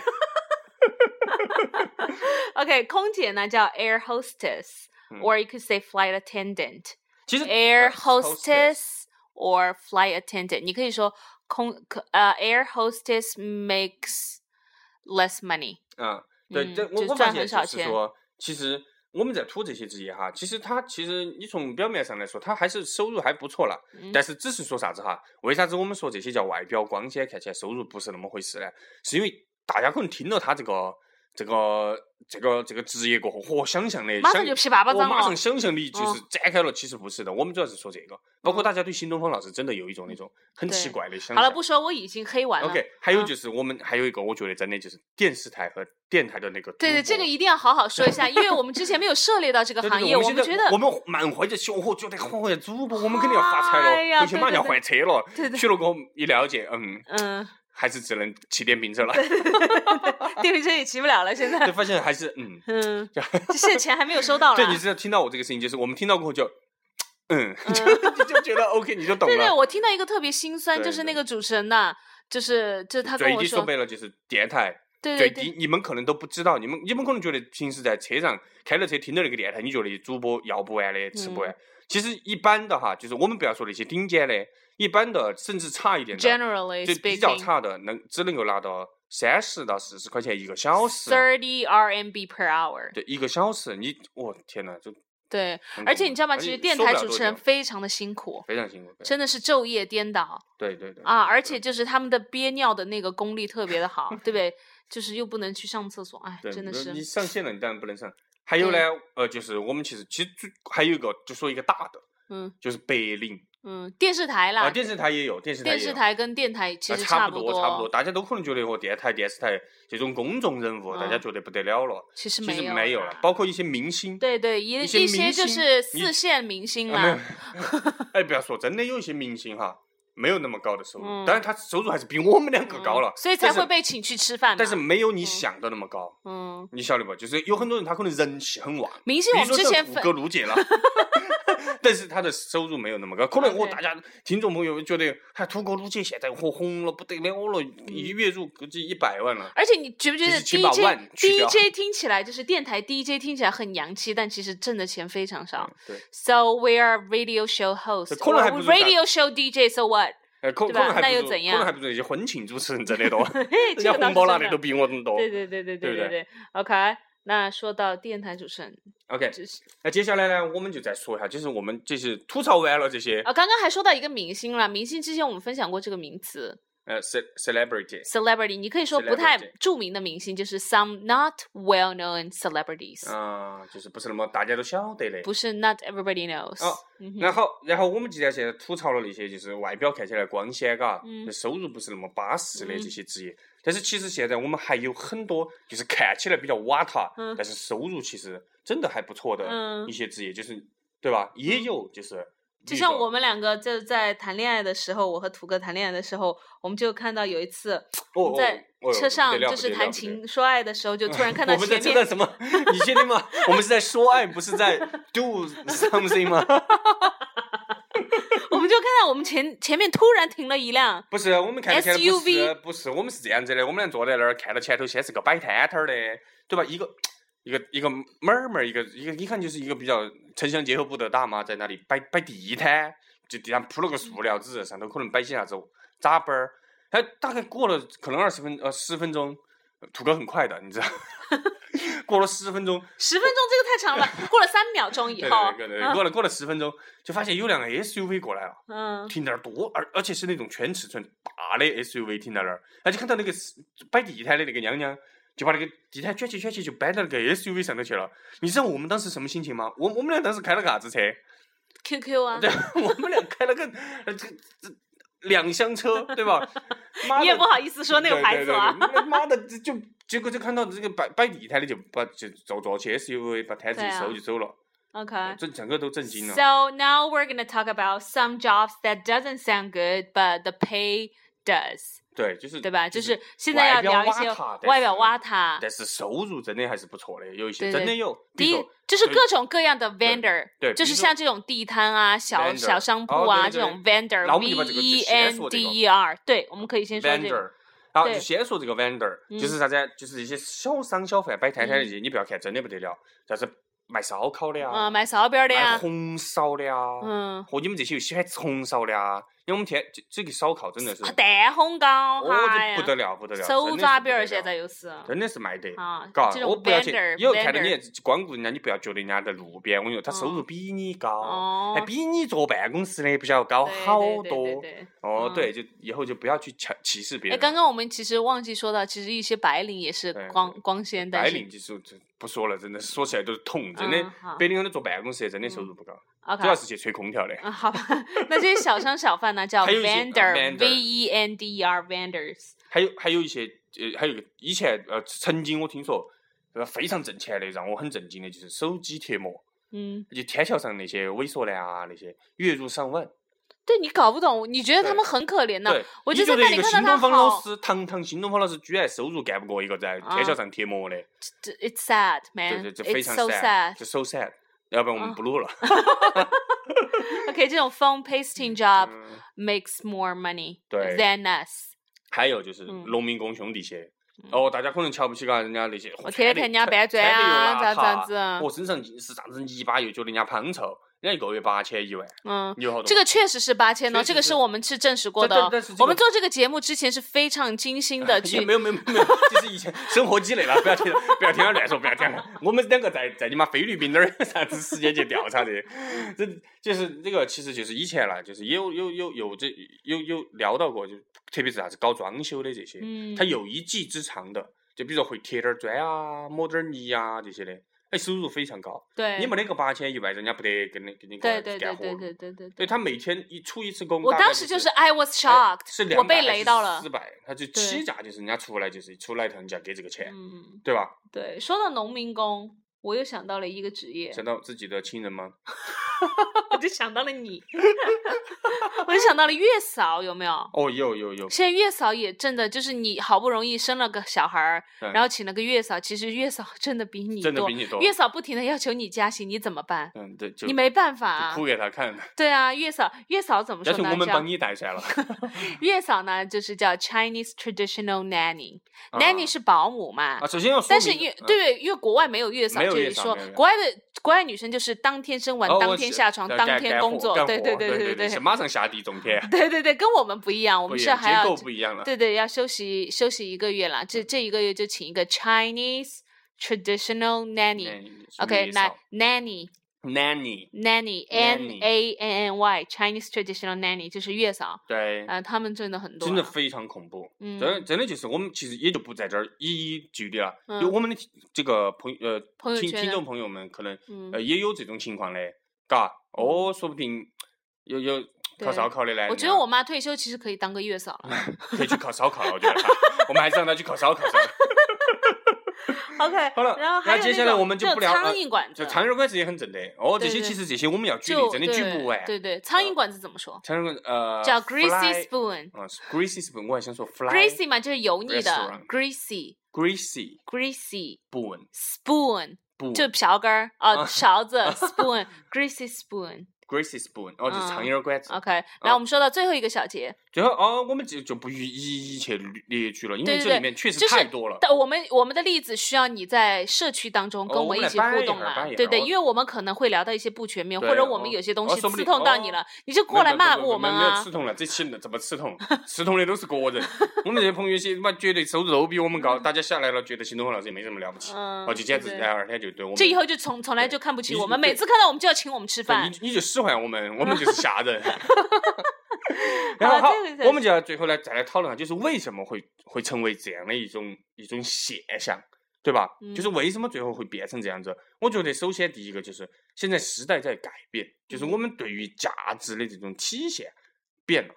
Speaker 2: OK，空姐呢叫 air hostess，
Speaker 3: 嗯
Speaker 2: or you could say flight attendant。
Speaker 3: 其实
Speaker 2: air
Speaker 3: 呃
Speaker 2: hostess or flight attendant，你可以说空可呃 air hostess makes less money。
Speaker 3: 啊，对，
Speaker 2: 嗯
Speaker 3: 这我
Speaker 2: 就
Speaker 3: 我
Speaker 2: 赚
Speaker 3: 发
Speaker 2: 很
Speaker 3: 现
Speaker 2: 少
Speaker 3: 就是
Speaker 2: 钱
Speaker 3: 说，其实我们在吐这些职业哈，其实它其实你从表面上来说，它还是收入还不错了，
Speaker 2: 嗯
Speaker 3: 但是只是说啥子哈？为啥子我们说这些叫外表光鲜，看起来收入不是那么回事呢？是因为大家可能听了他这个这个这个这个职业过后，嚯，想象的
Speaker 2: 马
Speaker 3: 想
Speaker 2: 上就。屁叭叭
Speaker 3: 我
Speaker 2: 脏
Speaker 3: 马上
Speaker 2: 了。哦
Speaker 3: 想象力就是展开了，其实不是的。我们主要是说这个，包括
Speaker 2: 嗯
Speaker 3: 大家对新东方老师真的有一种那种很奇
Speaker 2: 对
Speaker 3: 怪的想
Speaker 2: 好了，
Speaker 3: 象。
Speaker 2: 不说，我已经黑完了。
Speaker 3: OK，还有
Speaker 2: 嗯
Speaker 3: 就是我们还有一个，我觉得真的就是电视台和电台的那个
Speaker 2: 对对，
Speaker 3: 主
Speaker 2: 这个
Speaker 3: 播
Speaker 2: 一定要好好说一下，因为我们之前没有涉猎到这个
Speaker 3: 嗯对对
Speaker 2: 行
Speaker 3: 对
Speaker 2: 业，
Speaker 3: 我
Speaker 2: 我
Speaker 3: 们
Speaker 2: 们
Speaker 3: 现
Speaker 2: 觉
Speaker 3: 在
Speaker 2: 得
Speaker 3: 我们满怀着希望，嚯，觉得嚯呀，主播我们肯定要发财
Speaker 2: 哎呀
Speaker 3: 了，回去
Speaker 2: 对
Speaker 3: 马
Speaker 2: 对
Speaker 3: 上要
Speaker 2: 对
Speaker 3: 换车了。
Speaker 2: 对 对
Speaker 3: 去了过后一了解，嗯，
Speaker 2: 嗯，
Speaker 3: 还是只能骑电瓶车了，
Speaker 2: 电瓶车也骑不了了，现
Speaker 3: 就
Speaker 2: 在。
Speaker 3: 发现还是嗯，
Speaker 2: 嗯，这现在钱还没有收到
Speaker 3: 对，你
Speaker 2: 了。
Speaker 3: 知道听到我这个声音，就是我们听到过后就，嗯， 就就觉得 OK，你就懂
Speaker 2: 对对，
Speaker 3: 了。
Speaker 2: 我听到一个特别心酸，
Speaker 3: 对
Speaker 2: 就是那
Speaker 3: 对
Speaker 2: 个主持人呐，就是就他跟
Speaker 3: 最
Speaker 2: 我
Speaker 3: 低收
Speaker 2: 说，
Speaker 3: 费了就是电台，
Speaker 2: 对
Speaker 3: 最
Speaker 2: 对
Speaker 3: 低
Speaker 2: 对，
Speaker 3: 你们可能都不知道，你们你们可能觉得平时在车上开了车听到那个电台，你觉得主播要不完的，吃不
Speaker 2: 嗯
Speaker 3: 完。其实一般的哈，就是我们不要说那些顶尖的，一般的甚至差一点的，
Speaker 2: generally
Speaker 3: 就比较
Speaker 2: speaking。
Speaker 3: 差的，能只能够拿到三十到四十块钱一个小时。
Speaker 2: thirty RMB per hour。
Speaker 3: 对，一个小时，你我天呐，就
Speaker 2: 对，
Speaker 3: 很
Speaker 2: 而
Speaker 3: 恐
Speaker 2: 且你知道吗？
Speaker 3: 嗯而
Speaker 2: 其
Speaker 3: 且
Speaker 2: 实电
Speaker 3: 哎受不
Speaker 2: 台
Speaker 3: 了
Speaker 2: 主
Speaker 3: 多
Speaker 2: 持人
Speaker 3: 久
Speaker 2: 非常的辛苦，
Speaker 3: 非常辛苦。
Speaker 2: 真的是昼夜颠倒
Speaker 3: 对对对对
Speaker 2: 啊！而且就是他们的憋尿的那个功力特别的好，对不 对？就是又不能去上厕所，哎，
Speaker 3: 对，
Speaker 2: 真的
Speaker 3: 你
Speaker 2: 是
Speaker 3: 你，上线了，你当然不能上。还有呢，呃，就是我们其实其实最还有一个，就说一个大的，
Speaker 2: 嗯
Speaker 3: 就是白领
Speaker 2: 嗯，电视台
Speaker 3: 啊，
Speaker 2: 啦，
Speaker 3: 电视台也有，电视台
Speaker 2: 电
Speaker 3: 也
Speaker 2: 视
Speaker 3: 有。
Speaker 2: 台跟电台其
Speaker 3: 啊
Speaker 2: 实
Speaker 3: 差
Speaker 2: 不
Speaker 3: 多，差不多，，大家都可能觉得和哦电台、电视台这种公众人物，大家
Speaker 2: 嗯
Speaker 3: 觉得不得了了。
Speaker 2: 其实
Speaker 3: 其实
Speaker 2: 有
Speaker 3: 没有了
Speaker 2: 啦，。
Speaker 3: 包括一些明星，
Speaker 2: 对对，一
Speaker 3: 一些
Speaker 2: 一些
Speaker 3: 明
Speaker 2: 就
Speaker 3: 星
Speaker 2: 是
Speaker 3: 你
Speaker 2: 四线明星
Speaker 3: 啊没有
Speaker 2: 啦，
Speaker 3: 哎，不要说，真的有一些明星哈，没有那么高的收入，
Speaker 2: 嗯
Speaker 3: 当然他收入还是比我们两个高了，
Speaker 2: 嗯所以才
Speaker 3: 但是
Speaker 2: 会被请去吃饭嘛。
Speaker 3: 但是没有你想的那么高，
Speaker 2: 嗯，
Speaker 3: 你晓得不？就是有很多人他可能人气很旺，
Speaker 2: 明星
Speaker 3: 比
Speaker 2: 我
Speaker 3: 如
Speaker 2: 们
Speaker 3: 说
Speaker 2: 之
Speaker 3: 像
Speaker 2: 前
Speaker 3: 谷
Speaker 2: 粉
Speaker 3: 歌卢姐 了。但是他的收入没有那么高，可能我
Speaker 2: OK
Speaker 3: 大家听众朋友觉得，哎哈，土狗卢姐现在火红了不得了了，
Speaker 2: 嗯
Speaker 3: 一月入估计一百万了。
Speaker 2: 而且你觉不觉得
Speaker 3: 77把
Speaker 2: DJ
Speaker 3: 万去掉
Speaker 2: DJ 听起来就是电台 DJ 听起来很洋气，但其实挣的钱非常少。
Speaker 3: 对，
Speaker 2: So we are radio show host,
Speaker 3: 可嗯能还
Speaker 2: or
Speaker 3: 不如
Speaker 2: radio show DJ. So what？
Speaker 3: 呃，可
Speaker 2: 对
Speaker 3: 可
Speaker 2: 吧
Speaker 3: 能还
Speaker 2: 那
Speaker 3: 不
Speaker 2: 又
Speaker 3: 如，
Speaker 2: 怎
Speaker 3: 可
Speaker 2: 样
Speaker 3: 能还不如那些婚庆主持人挣 得多，
Speaker 2: 嘿，
Speaker 3: 人
Speaker 2: 这
Speaker 3: 家
Speaker 2: 个倒
Speaker 3: 红
Speaker 2: 是
Speaker 3: 包拿
Speaker 2: 真
Speaker 3: 的
Speaker 2: 的
Speaker 3: 都。比我们多。
Speaker 2: 对对对对
Speaker 3: 对不
Speaker 2: 对
Speaker 3: 对
Speaker 2: 对。OK，那说到电台主持人，
Speaker 3: OK，
Speaker 2: 就是
Speaker 3: 那接下来呢，我们就再说一下，就是我们这些吐槽完了这些，
Speaker 2: 哦啊，刚刚还说到一个明星啦，明星之前我们分享过这个名词，
Speaker 3: 呃，ce celebrity，
Speaker 2: celebrity，你可以说不太
Speaker 3: Celebrity
Speaker 2: 著名的明星，就是 some not well known celebrities，、
Speaker 3: 啊，就是不是那么大家都晓得的。
Speaker 2: 不是 not everybody knows、
Speaker 3: 哦
Speaker 2: 嗯哼
Speaker 3: 然后，然后我们既然现在吐槽了那些就是外表看起来光鲜，嘎，
Speaker 2: 嗯
Speaker 3: 就收入不是那么巴适的
Speaker 2: 嗯
Speaker 3: 这些职业，但是其实现在我们还有很多就是看起来比较瓦塔，
Speaker 2: 嗯
Speaker 3: 但是收入其实真的还不错的
Speaker 2: 嗯
Speaker 3: 一些职业，就是对吧？也有就是
Speaker 2: 就
Speaker 3: 那
Speaker 2: 像
Speaker 3: 个
Speaker 2: 我们两个就在谈恋爱的时候，我和图哥谈恋爱的时候，我们就看到有一次
Speaker 3: 哦哦
Speaker 2: 在
Speaker 3: 哦
Speaker 2: 车上
Speaker 3: 不得了
Speaker 2: 就
Speaker 3: 不
Speaker 2: 是
Speaker 3: 得了
Speaker 2: 谈
Speaker 3: 不得了
Speaker 2: 情说爱的时候，就突 然看到
Speaker 3: 我们在
Speaker 2: 前
Speaker 3: 这个
Speaker 2: 面，
Speaker 3: 什么？你确定吗？我们是在说爱，不是在 do something 吗？
Speaker 2: 我们就看到我们前前面突然停了一辆，
Speaker 3: 不是，我们看到前头不
Speaker 2: SUV
Speaker 3: 是不是，我们是这样子的，我们俩坐在那儿看到前头先是个摆摊摊儿的，对吧？一个一个一个妹儿妹儿，一个一个一看就是一个比较城乡结合部的大妈在那里摆摆地摊，就地上铺了个塑料纸，上头可能摆些啥子扎板儿。哎，大概过了可能二十分呃十分钟，土哥很快的，你知道， 过了十分钟，
Speaker 2: 十分钟这个太长了，过了三秒钟以
Speaker 3: 对
Speaker 2: 后，
Speaker 3: 对对对对，
Speaker 2: 嗯
Speaker 3: 过了过了十分钟，就发现有辆 SUV 过来了。
Speaker 2: 嗯，
Speaker 3: 停那儿多，而而且是那种全尺寸大的 SUV 停在那儿，而且看到那个是摆地摊的那个娘娘，就把那个地摊卷起卷起就搬到那个 SUV 上头去了。你知道我们当时什么心情吗？我我们俩当时开了个啥子车？
Speaker 2: QQ 啊
Speaker 3: 对，， 我们俩开了个呃这这两厢车，对吧？妈
Speaker 2: 你也
Speaker 3: 的
Speaker 2: 不好意思说那个牌子啊，
Speaker 3: 对对对对妈的，这就结果就看到这个摆摆地摊的就把就坐坐起 SUV 把摊子
Speaker 2: 对
Speaker 3: 一
Speaker 2: 啊
Speaker 3: 收就走了，
Speaker 2: OK。
Speaker 3: 这整个都震惊了。
Speaker 2: So now we're gonna talk about some jobs that doesn't sound good, but the pay does，
Speaker 3: 对，就是
Speaker 2: 对吧？就是现在
Speaker 3: 外
Speaker 2: 要
Speaker 3: 表
Speaker 2: 聊一
Speaker 3: 挖
Speaker 2: 些
Speaker 3: 塔但
Speaker 2: 外表
Speaker 3: 是
Speaker 2: 挖塔，
Speaker 3: 但是收入真的还是不错的，有
Speaker 2: 对
Speaker 3: 一些真的
Speaker 2: 对
Speaker 3: 有。
Speaker 2: 第
Speaker 3: 比如
Speaker 2: 一
Speaker 3: 说
Speaker 2: 就是
Speaker 3: 对
Speaker 2: 各种各样的
Speaker 3: 对
Speaker 2: vendor，
Speaker 3: 对
Speaker 2: 就
Speaker 3: 比
Speaker 2: 是
Speaker 3: 如
Speaker 2: 像这种地摊啊、小
Speaker 3: vendor
Speaker 2: 小商铺
Speaker 3: 哦
Speaker 2: 啊、
Speaker 3: 对对
Speaker 2: 这种
Speaker 3: 那我们就把
Speaker 2: vendor，v
Speaker 3: 这个就
Speaker 2: e
Speaker 3: 先
Speaker 2: n
Speaker 3: 说
Speaker 2: d
Speaker 3: 这个
Speaker 2: e r，对，我们可以先说这个。
Speaker 3: vendor，然后
Speaker 2: 对嗯
Speaker 3: 就先说这个 vendor，就是啥子啊？就是一些小商小贩摆摊摊的这些，你不要看真的不得了，啥子卖烧烤
Speaker 2: 嗯，
Speaker 3: 的呀，
Speaker 2: 买烧饼的
Speaker 3: 卖
Speaker 2: 呀，
Speaker 3: 红烧的呀，
Speaker 2: 嗯，
Speaker 3: 和你们这些又喜欢吃红烧的啊，因为我们天这这个烧烤真的是，
Speaker 2: 啊
Speaker 3: 哦，
Speaker 2: 蛋烘糕，哈
Speaker 3: 这不得
Speaker 2: 呀，
Speaker 3: 了不得了，
Speaker 2: 手
Speaker 3: 真的
Speaker 2: 抓
Speaker 3: 是不
Speaker 2: 饼儿
Speaker 3: 得
Speaker 2: 现
Speaker 3: 了
Speaker 2: 在又是
Speaker 3: 真的是卖得。
Speaker 2: 啊，
Speaker 3: 嘎
Speaker 2: 这，
Speaker 3: 我
Speaker 2: 种
Speaker 3: 不要去
Speaker 2: vendor，，
Speaker 3: 以后看到你
Speaker 2: vendor 嗯
Speaker 3: 光顾人家，你不要觉得人家在路边，我跟你说，他收入比你高，
Speaker 2: 哦
Speaker 3: 还，比你坐办公室的不晓得高
Speaker 2: 对
Speaker 3: 好
Speaker 2: 对对
Speaker 3: 多。
Speaker 2: 对对
Speaker 3: 哦
Speaker 2: 嗯，
Speaker 3: 对，就以后就不要去歧歧视别
Speaker 2: 哎，
Speaker 3: 人。
Speaker 2: 刚刚我们其实忘记说到，其实一些白领也是
Speaker 3: 对
Speaker 2: 光光鲜，但
Speaker 3: 白
Speaker 2: 是
Speaker 3: 领就是就不说了，真的说起来都是痛，真的
Speaker 2: 嗯好。嗯
Speaker 3: 白领很多坐办公室的，真的收入不高，
Speaker 2: OK，
Speaker 3: 主要是去吹空调的。
Speaker 2: 嗯，好吧， 那这些小商小贩呢，叫
Speaker 3: 还有一些啊
Speaker 2: vendor
Speaker 3: vendor
Speaker 2: v e n d e r vendors。
Speaker 3: 还有还有一些呃，还有一个以前呃，曾经我听说呃非常挣钱的，让我很震惊的就是手机贴膜，
Speaker 2: 嗯，
Speaker 3: 就天桥上那些猥琐的啊，那些月入上万。
Speaker 2: 对你搞不懂，你觉得他
Speaker 3: 对
Speaker 2: 们很可怜呢？
Speaker 3: 对，
Speaker 2: 我
Speaker 3: 你
Speaker 2: 就
Speaker 3: 觉
Speaker 2: 在
Speaker 3: 得
Speaker 2: 那里
Speaker 3: 一
Speaker 2: 看
Speaker 3: 个
Speaker 2: 到
Speaker 3: 新
Speaker 2: 他
Speaker 3: 东方老
Speaker 2: 好
Speaker 3: 师，堂堂新东方老师居然收入干不过一个在
Speaker 2: 啊
Speaker 3: 天桥上贴膜的，
Speaker 2: 这 it's sad
Speaker 3: 对
Speaker 2: man，
Speaker 3: 对，这
Speaker 2: it's
Speaker 3: 非常
Speaker 2: so sad
Speaker 3: 这。so sad。要不然我
Speaker 2: 啊
Speaker 3: 们不录了。
Speaker 2: OK，这种 phone pasting job
Speaker 3: 嗯
Speaker 2: makes more money
Speaker 3: 对
Speaker 2: than us。
Speaker 3: 还有就是
Speaker 2: 嗯
Speaker 3: 农民工兄弟些，哦，大家可能瞧不起嘎，人家那些，
Speaker 2: 我
Speaker 3: 我
Speaker 2: 天天看人家搬砖啊，咋咋子？啊
Speaker 3: 我？身上尽是啥子泥巴，又觉得人家胖臭，人家一个月八千一万，
Speaker 2: 嗯。
Speaker 3: 有好多。
Speaker 2: 这个确实是八千哦，
Speaker 3: 确实
Speaker 2: 这个
Speaker 3: 是
Speaker 2: 是我们是证实过的
Speaker 3: 但
Speaker 2: 哦
Speaker 3: 但是这。个
Speaker 2: 我们做这个节目之前是非常 精心的去
Speaker 3: 也没有没有没有， 就是以前生活积累了，不要听不要听他乱说，不要听他。我们两个在在你妈菲律宾那儿 有啥子时间去调查的？这就是这个，其实就是以前啦，就是也有有有有这有有聊到过，就特别是啥子搞装修的这些，
Speaker 2: 嗯
Speaker 3: 他有一技之长的，就比如说会贴点儿砖啊、抹点儿泥啊这些的，哎，收入非常高。
Speaker 2: 对，
Speaker 3: 你没那个八千一万，人家不得跟你跟你过来
Speaker 2: 对对对
Speaker 3: 干活
Speaker 2: 对
Speaker 3: 了。
Speaker 2: 对对对
Speaker 3: 对他每天一出一次工，
Speaker 2: 我
Speaker 3: 大概
Speaker 2: 当时就是
Speaker 3: 是
Speaker 2: I was
Speaker 3: 哎
Speaker 2: shocked，
Speaker 3: 是
Speaker 2: 我被雷到了
Speaker 3: 四。百，他就
Speaker 2: 对
Speaker 3: 起价就是人家出来就是出来一趟就要给这个钱，
Speaker 2: 嗯，
Speaker 3: 对吧？
Speaker 2: 对，说到农民工，我又想到了一个职业，
Speaker 3: 想到自己的亲人吗？
Speaker 2: 我就想到了你， 我就想到了月嫂，有没有？
Speaker 3: 哦，有有有，
Speaker 2: 现在月嫂也真的就是你好不容易生了个小孩儿，
Speaker 3: 对
Speaker 2: 然后请了个月嫂，其实月嫂 真的比你
Speaker 3: 真的
Speaker 2: 多
Speaker 3: 比，你多。
Speaker 2: 月嫂不停的要求你加薪，你怎么办？
Speaker 3: 嗯，对，就
Speaker 2: 你没办法
Speaker 3: 就
Speaker 2: 啊
Speaker 3: 哭，给他看，
Speaker 2: 对啊，月嫂月嫂怎么说
Speaker 3: 但是
Speaker 2: 呢？
Speaker 3: 我们
Speaker 2: 叫
Speaker 3: 帮你带下了。
Speaker 2: 月嫂呢，就是叫 Chinese traditional nanny，nanny、
Speaker 3: 啊
Speaker 2: nanny 是保姆嘛，
Speaker 3: 啊，首先要说明，
Speaker 2: 但是越
Speaker 3: 嗯
Speaker 2: 对对，因为国外没有月嫂
Speaker 3: 没有
Speaker 2: 这
Speaker 3: 月
Speaker 2: 一
Speaker 3: 嫂
Speaker 2: 说
Speaker 3: 没有，月
Speaker 2: 国外的国外女生就是当天生完，
Speaker 3: 哦
Speaker 2: 当
Speaker 3: 我
Speaker 2: 天
Speaker 3: 是
Speaker 2: 下床，
Speaker 3: 对
Speaker 2: 当
Speaker 3: 干
Speaker 2: 天
Speaker 3: 干
Speaker 2: 工
Speaker 3: 活
Speaker 2: 作，
Speaker 3: 干
Speaker 2: 对对
Speaker 3: 活
Speaker 2: 对
Speaker 3: 对
Speaker 2: 对
Speaker 3: 是马上下地种田，
Speaker 2: 对对对，跟我们不一样，我
Speaker 3: 不
Speaker 2: 们
Speaker 3: 一
Speaker 2: 是
Speaker 3: 样
Speaker 2: 还
Speaker 3: 结
Speaker 2: 要
Speaker 3: 构不一 样了。
Speaker 2: 对对要休息休息一个月啦，这这一个月就请一个 Chinese traditional nanny，OK
Speaker 3: 嗯
Speaker 2: nanny nanny
Speaker 3: nanny，
Speaker 2: n
Speaker 3: Nanny
Speaker 2: a n n y Chinese traditional nanny 就是月嫂，
Speaker 3: 对，
Speaker 2: 呃，他们真的很多啊，
Speaker 3: 真的非常恐怖。
Speaker 2: 嗯
Speaker 3: 真的真的就是我们其实也就不在这儿一一举例了，有
Speaker 2: 嗯
Speaker 3: 我们的听这个朋友呃
Speaker 2: 朋友
Speaker 3: 听
Speaker 2: 圈
Speaker 3: 听
Speaker 2: 的
Speaker 3: 众朋友们可能
Speaker 2: 嗯
Speaker 3: 呃也有这种情况嘞，嘎，哦，说不定有有烤
Speaker 2: 对
Speaker 3: 烧烤的嘞，
Speaker 2: 我觉得我妈退休其实可以当个月嫂了。
Speaker 3: 可以去烤烧烤了，我觉得我们还是让他去烤烧 烤算了。
Speaker 2: OK，
Speaker 3: 好了
Speaker 2: 然后
Speaker 3: 那
Speaker 2: 还有
Speaker 3: 接
Speaker 2: 那
Speaker 3: 下来
Speaker 2: 种
Speaker 3: 我们就
Speaker 2: 那
Speaker 3: 不
Speaker 2: 种
Speaker 3: 聊
Speaker 2: 苍
Speaker 3: 了
Speaker 2: 蝇馆子，
Speaker 3: 这长人馆子也很正的哦，这
Speaker 2: 对
Speaker 3: 些
Speaker 2: 对
Speaker 3: 其实这些我们要举例
Speaker 2: 就
Speaker 3: 真的举不完。
Speaker 2: 对对，苍蝇馆子怎么说？
Speaker 3: 长人馆呃
Speaker 2: 叫
Speaker 3: fly-
Speaker 2: greasy spoon。
Speaker 3: 啊是，greasy spoon，我还想说 fly
Speaker 2: greasy 嘛，就是油腻的
Speaker 3: restaurant
Speaker 2: greasy
Speaker 3: greasy
Speaker 2: greasy
Speaker 3: spoon
Speaker 2: spoon，
Speaker 3: spoon
Speaker 2: 就瓢根儿啊，
Speaker 3: 啊
Speaker 2: 勺 子 spoon greasy spoon。
Speaker 3: greasy spoon，哦，就是长
Speaker 2: 嗯
Speaker 3: 人馆子。
Speaker 2: OK，然后我们说到最后一个小节，
Speaker 3: 最后哦，我们就就不予一一去列举了，因
Speaker 2: 对
Speaker 3: 为
Speaker 2: 对
Speaker 3: 这里
Speaker 2: 对
Speaker 3: 面确实
Speaker 2: 就是
Speaker 3: 太多了。
Speaker 2: 但我们我们的例子需要你在社区当中
Speaker 3: 哦
Speaker 2: 跟
Speaker 3: 我
Speaker 2: 我
Speaker 3: 们
Speaker 2: 一
Speaker 3: 来
Speaker 2: 起
Speaker 3: 掰
Speaker 2: 互
Speaker 3: 一
Speaker 2: 动
Speaker 3: 会儿
Speaker 2: 嘛
Speaker 3: 掰，一
Speaker 2: 对
Speaker 3: 会儿
Speaker 2: 对，
Speaker 3: 哦
Speaker 2: 因为我们可能会聊到一些不全面，
Speaker 3: 对
Speaker 2: 或者我们
Speaker 3: 哦
Speaker 2: 有些东
Speaker 3: 哦
Speaker 2: 西
Speaker 3: 说不
Speaker 2: 刺
Speaker 3: 定
Speaker 2: 痛到你
Speaker 3: 哦
Speaker 2: 了，你就过来骂
Speaker 3: 没有
Speaker 2: 我们
Speaker 3: 没有没有
Speaker 2: 啊
Speaker 3: 刺。痛了，这期怎么刺痛？刺痛的都是国人， 我们这些朋友些他妈觉得收入都比我们高，大家下来了觉得新东方老师也没什么了不起，
Speaker 2: 嗯
Speaker 3: 哦，就简直
Speaker 2: 对
Speaker 3: 哎，天就对我们，
Speaker 2: 这以后就从从来就看不起
Speaker 3: 你
Speaker 2: 我们，
Speaker 3: 对
Speaker 2: 每次看到我们就要请我们吃
Speaker 3: 对
Speaker 2: 饭。
Speaker 3: 你你就使唤我们，我们就是 下人。 然后好
Speaker 2: 这个才，是
Speaker 3: 我们就要最后来再来讨论，就是为什么会会成为这样的一种一种现象，对吧？就是为什么最后会变成这样子？我觉得首先第一个就是现在时代在改变，就是
Speaker 2: 嗯
Speaker 3: 我们对于价值的这种体现变了，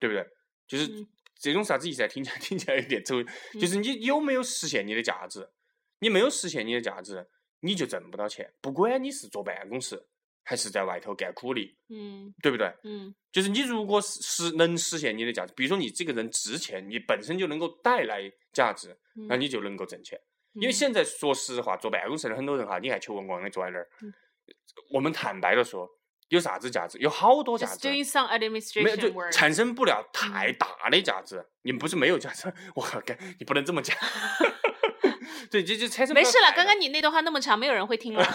Speaker 3: 对不对？就是
Speaker 2: 嗯
Speaker 3: 这种啥子意思啊？听起来 听起来有点抽，就是你有没有实现你的价值？你没有实现你的价值，你就挣不到钱。不管你是坐办公室还是在外头干苦力，
Speaker 2: 嗯
Speaker 3: 对不对？
Speaker 2: 嗯
Speaker 3: 就是你如果是是能实现你的价值，比如说你这个人值钱，你本身就能够带来价值，
Speaker 2: 嗯，
Speaker 3: 啊那你就能够挣钱。因为
Speaker 2: 嗯
Speaker 3: 现在说实话，坐办公室的很多人哈，你看求文光的坐在那儿
Speaker 2: 嗯，
Speaker 3: 我们坦白的说，有啥子价值？有好多价
Speaker 2: just
Speaker 3: 值。啊
Speaker 2: doing some
Speaker 3: 没有，就
Speaker 2: administration work，
Speaker 3: 产生不
Speaker 2: 嗯
Speaker 3: 了太大的价值。你们不是没有价值， 我靠，干你不能这 么讲。对，这就产生不
Speaker 2: 没
Speaker 3: 了
Speaker 2: 事了，
Speaker 3: 太
Speaker 2: 刚
Speaker 3: 大
Speaker 2: 刚你那段话那么长，没有人会听了。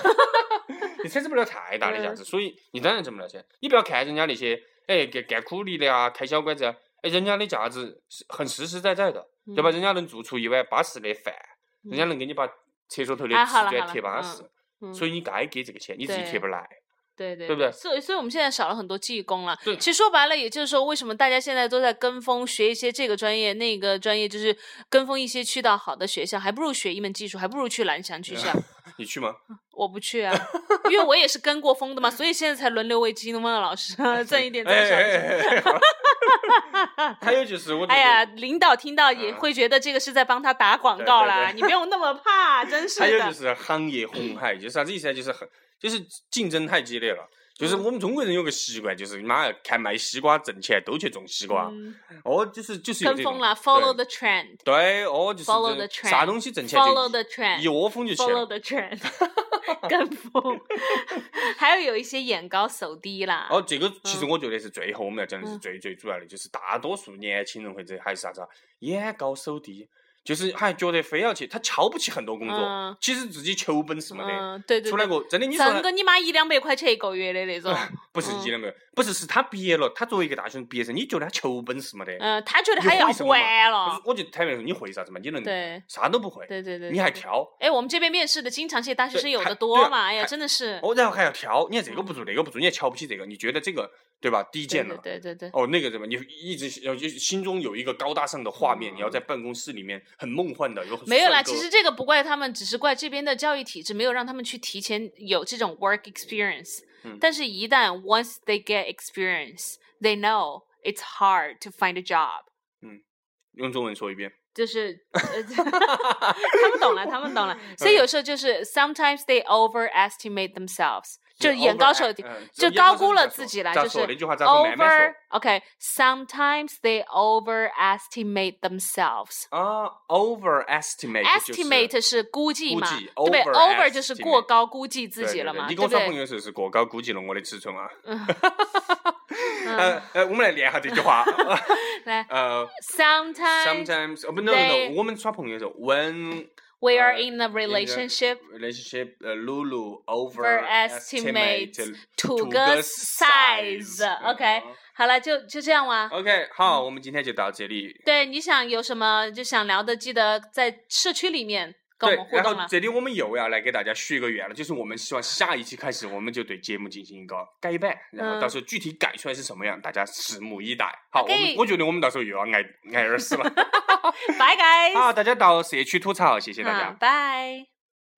Speaker 3: 你产生不了太大
Speaker 2: 嗯
Speaker 3: 的价值，所以你当然挣不了钱。你不要看人家那些，哎，干干苦力的啊，开小馆子啊，哎，人家的价值是很实实在在的， 对吧？
Speaker 2: 嗯
Speaker 3: 人家能做出一碗巴适的饭，人家能给你把厕所头的
Speaker 2: 哎好
Speaker 3: 瓷
Speaker 2: 了
Speaker 3: 砖
Speaker 2: 好了
Speaker 3: 贴巴
Speaker 2: 嗯
Speaker 3: 适，
Speaker 2: 嗯
Speaker 3: 所以你该给这个钱，你自己贴
Speaker 2: 对
Speaker 3: 不来。
Speaker 2: 对对
Speaker 3: 对不对
Speaker 2: 所以，所以我们现在少了很多技工了。
Speaker 3: 对
Speaker 2: 其实说白了，也就是说，为什么大家现在都在跟风学一些这个专业、那个专业，就是跟风一些去到好的学校，还不如学一门技术，还不如去蓝翔去
Speaker 3: 啊
Speaker 2: 校。
Speaker 3: 你 去吗？
Speaker 2: 我不去啊，因为我也是跟过风的嘛，所以现在才轮流为金梦老师 挣一点再少一点。
Speaker 3: 哎哎哎哎还有就是， 我觉得
Speaker 2: 哎呀，领导听到也
Speaker 3: 嗯
Speaker 2: 会觉得这个是在帮他打广
Speaker 3: 对
Speaker 2: 告
Speaker 3: 对
Speaker 2: 啦，
Speaker 3: 对
Speaker 2: 你不用那么怕， 真是
Speaker 3: 还有
Speaker 2: 的。
Speaker 3: 就是行业红海，就是啥子意思啊？就是很，就是竞争太激烈了。就是
Speaker 2: 嗯
Speaker 3: 我们中国人有个习惯，就是妈呀，看卖西瓜挣钱都去种西瓜。
Speaker 2: 嗯
Speaker 3: 哦，就是就是有
Speaker 2: 跟
Speaker 3: 这
Speaker 2: 风
Speaker 3: 种
Speaker 2: 啦，follow
Speaker 3: 对
Speaker 2: the trend，follow
Speaker 3: 对，哦，就是
Speaker 2: follow
Speaker 3: 这
Speaker 2: the trend，
Speaker 3: 啥东西挣钱就
Speaker 2: the trend，
Speaker 3: 一窝蜂就去
Speaker 2: follow
Speaker 3: 了。
Speaker 2: the trend，跟 风， 还有有一些眼高手低啦。
Speaker 3: 哦，这个其实
Speaker 2: 嗯
Speaker 3: 我觉得是最后我们要讲的是
Speaker 2: 嗯
Speaker 3: 最最主要的，就是大多数年轻人或者还是啥子啊，眼高手低，就是还觉得非要去，他瞧不起很多工
Speaker 2: 嗯
Speaker 3: 作，其实自己求本事没得。
Speaker 2: 嗯，对对
Speaker 3: 出来
Speaker 2: 对，
Speaker 3: 过，真的，你说
Speaker 2: 挣个你妈一两百块钱一个月的那种，
Speaker 3: 不是
Speaker 2: 嗯
Speaker 3: 一两没有，不是是他毕业了，他作为一个大学生毕业生，你觉得他求本事没得？
Speaker 2: 嗯，他觉得
Speaker 3: 你
Speaker 2: 他
Speaker 3: 会
Speaker 2: 要
Speaker 3: 什么
Speaker 2: 完
Speaker 3: 嘛
Speaker 2: 了。
Speaker 3: 我就坦白说，你会啥子嘛？你能
Speaker 2: 对
Speaker 3: 啥都不会，
Speaker 2: 对对对，
Speaker 3: 你还
Speaker 2: 对。
Speaker 3: 挑，
Speaker 2: 哎，我们这边面试的，经常些大学
Speaker 3: 对
Speaker 2: 生有
Speaker 3: 还
Speaker 2: 的
Speaker 3: 对
Speaker 2: 多
Speaker 3: 啊
Speaker 2: 嘛，哎呀，
Speaker 3: 还
Speaker 2: 真的是。
Speaker 3: 哦，然后还要挑，你看这个不做那个不做，你还瞧不起这个，你觉得这个对吧？低
Speaker 2: 嗯对
Speaker 3: 贱
Speaker 2: 对
Speaker 3: 了。
Speaker 2: 对对对，
Speaker 3: 哦，那个什么，你一直要就心中有一个高大上的画面，
Speaker 2: 嗯
Speaker 3: 你要在办公室里面很梦幻的，有很
Speaker 2: 没有啦。
Speaker 3: 帅哥
Speaker 2: 其实这个不怪他们，只是怪这边的教育体制没有让他们去提前有这种 work experience
Speaker 3: 嗯。
Speaker 2: 但是，一旦 once they get experience, they know it's hard to find a job.
Speaker 3: 用中文说一遍，
Speaker 2: 就是呃 他们懂了，他们懂了。所以有时候就是 sometimes they overestimate themselves，就是眼高手低，
Speaker 3: 嗯
Speaker 2: 就高估了自己了，
Speaker 3: 咋
Speaker 2: 就
Speaker 3: 说
Speaker 2: 是
Speaker 3: 那句话咋说？慢慢
Speaker 2: over
Speaker 3: 说
Speaker 2: OK。Sometimes they overestimate themselves。
Speaker 3: 啊，overestimate 哎就是
Speaker 2: Estimate 是估计嘛，
Speaker 3: 估计
Speaker 2: 对不对
Speaker 3: overestimate
Speaker 2: ？Over 就是过高估计自己了嘛，对
Speaker 3: 对对对你跟我耍朋
Speaker 2: 不
Speaker 3: 友的时候是过高估计了我的尺寸啊。
Speaker 2: 对？
Speaker 3: 呃
Speaker 2: 嗯
Speaker 3: 呃，我们来练一下这 句话。
Speaker 2: 来
Speaker 3: 呃
Speaker 2: ，Sometimes
Speaker 3: ，sometimes 哦不，no no
Speaker 2: they-
Speaker 3: no，我们耍朋友的时候，when
Speaker 2: we are
Speaker 3: uh,
Speaker 2: in a relationship
Speaker 3: relationship 呃，Lulu
Speaker 2: overestimates
Speaker 3: overestimate
Speaker 2: to
Speaker 3: to
Speaker 2: the
Speaker 3: the
Speaker 2: size。
Speaker 3: size
Speaker 2: OK，好了，就就这样哇。
Speaker 3: OK，好，我们今天就到这里。
Speaker 2: 对，你想有什么就想聊的，记得在社区里面跟我
Speaker 3: 对
Speaker 2: 们，互
Speaker 3: 然
Speaker 2: 动啊
Speaker 3: 后
Speaker 2: 了。
Speaker 3: 这里我们又要来给大家许一个愿了，就是我们希望下一期开始，我们就对节目进行一个改版，然
Speaker 2: 嗯
Speaker 3: 后到时候具体改出来是什么样，大家拭目以待。好，我们
Speaker 2: OK
Speaker 3: 我觉得我们到时候又要 挨挨耳屎了。
Speaker 2: Bye guys，
Speaker 3: 好，大家到社区吐槽，谢谢大家。
Speaker 2: 嗯，拜。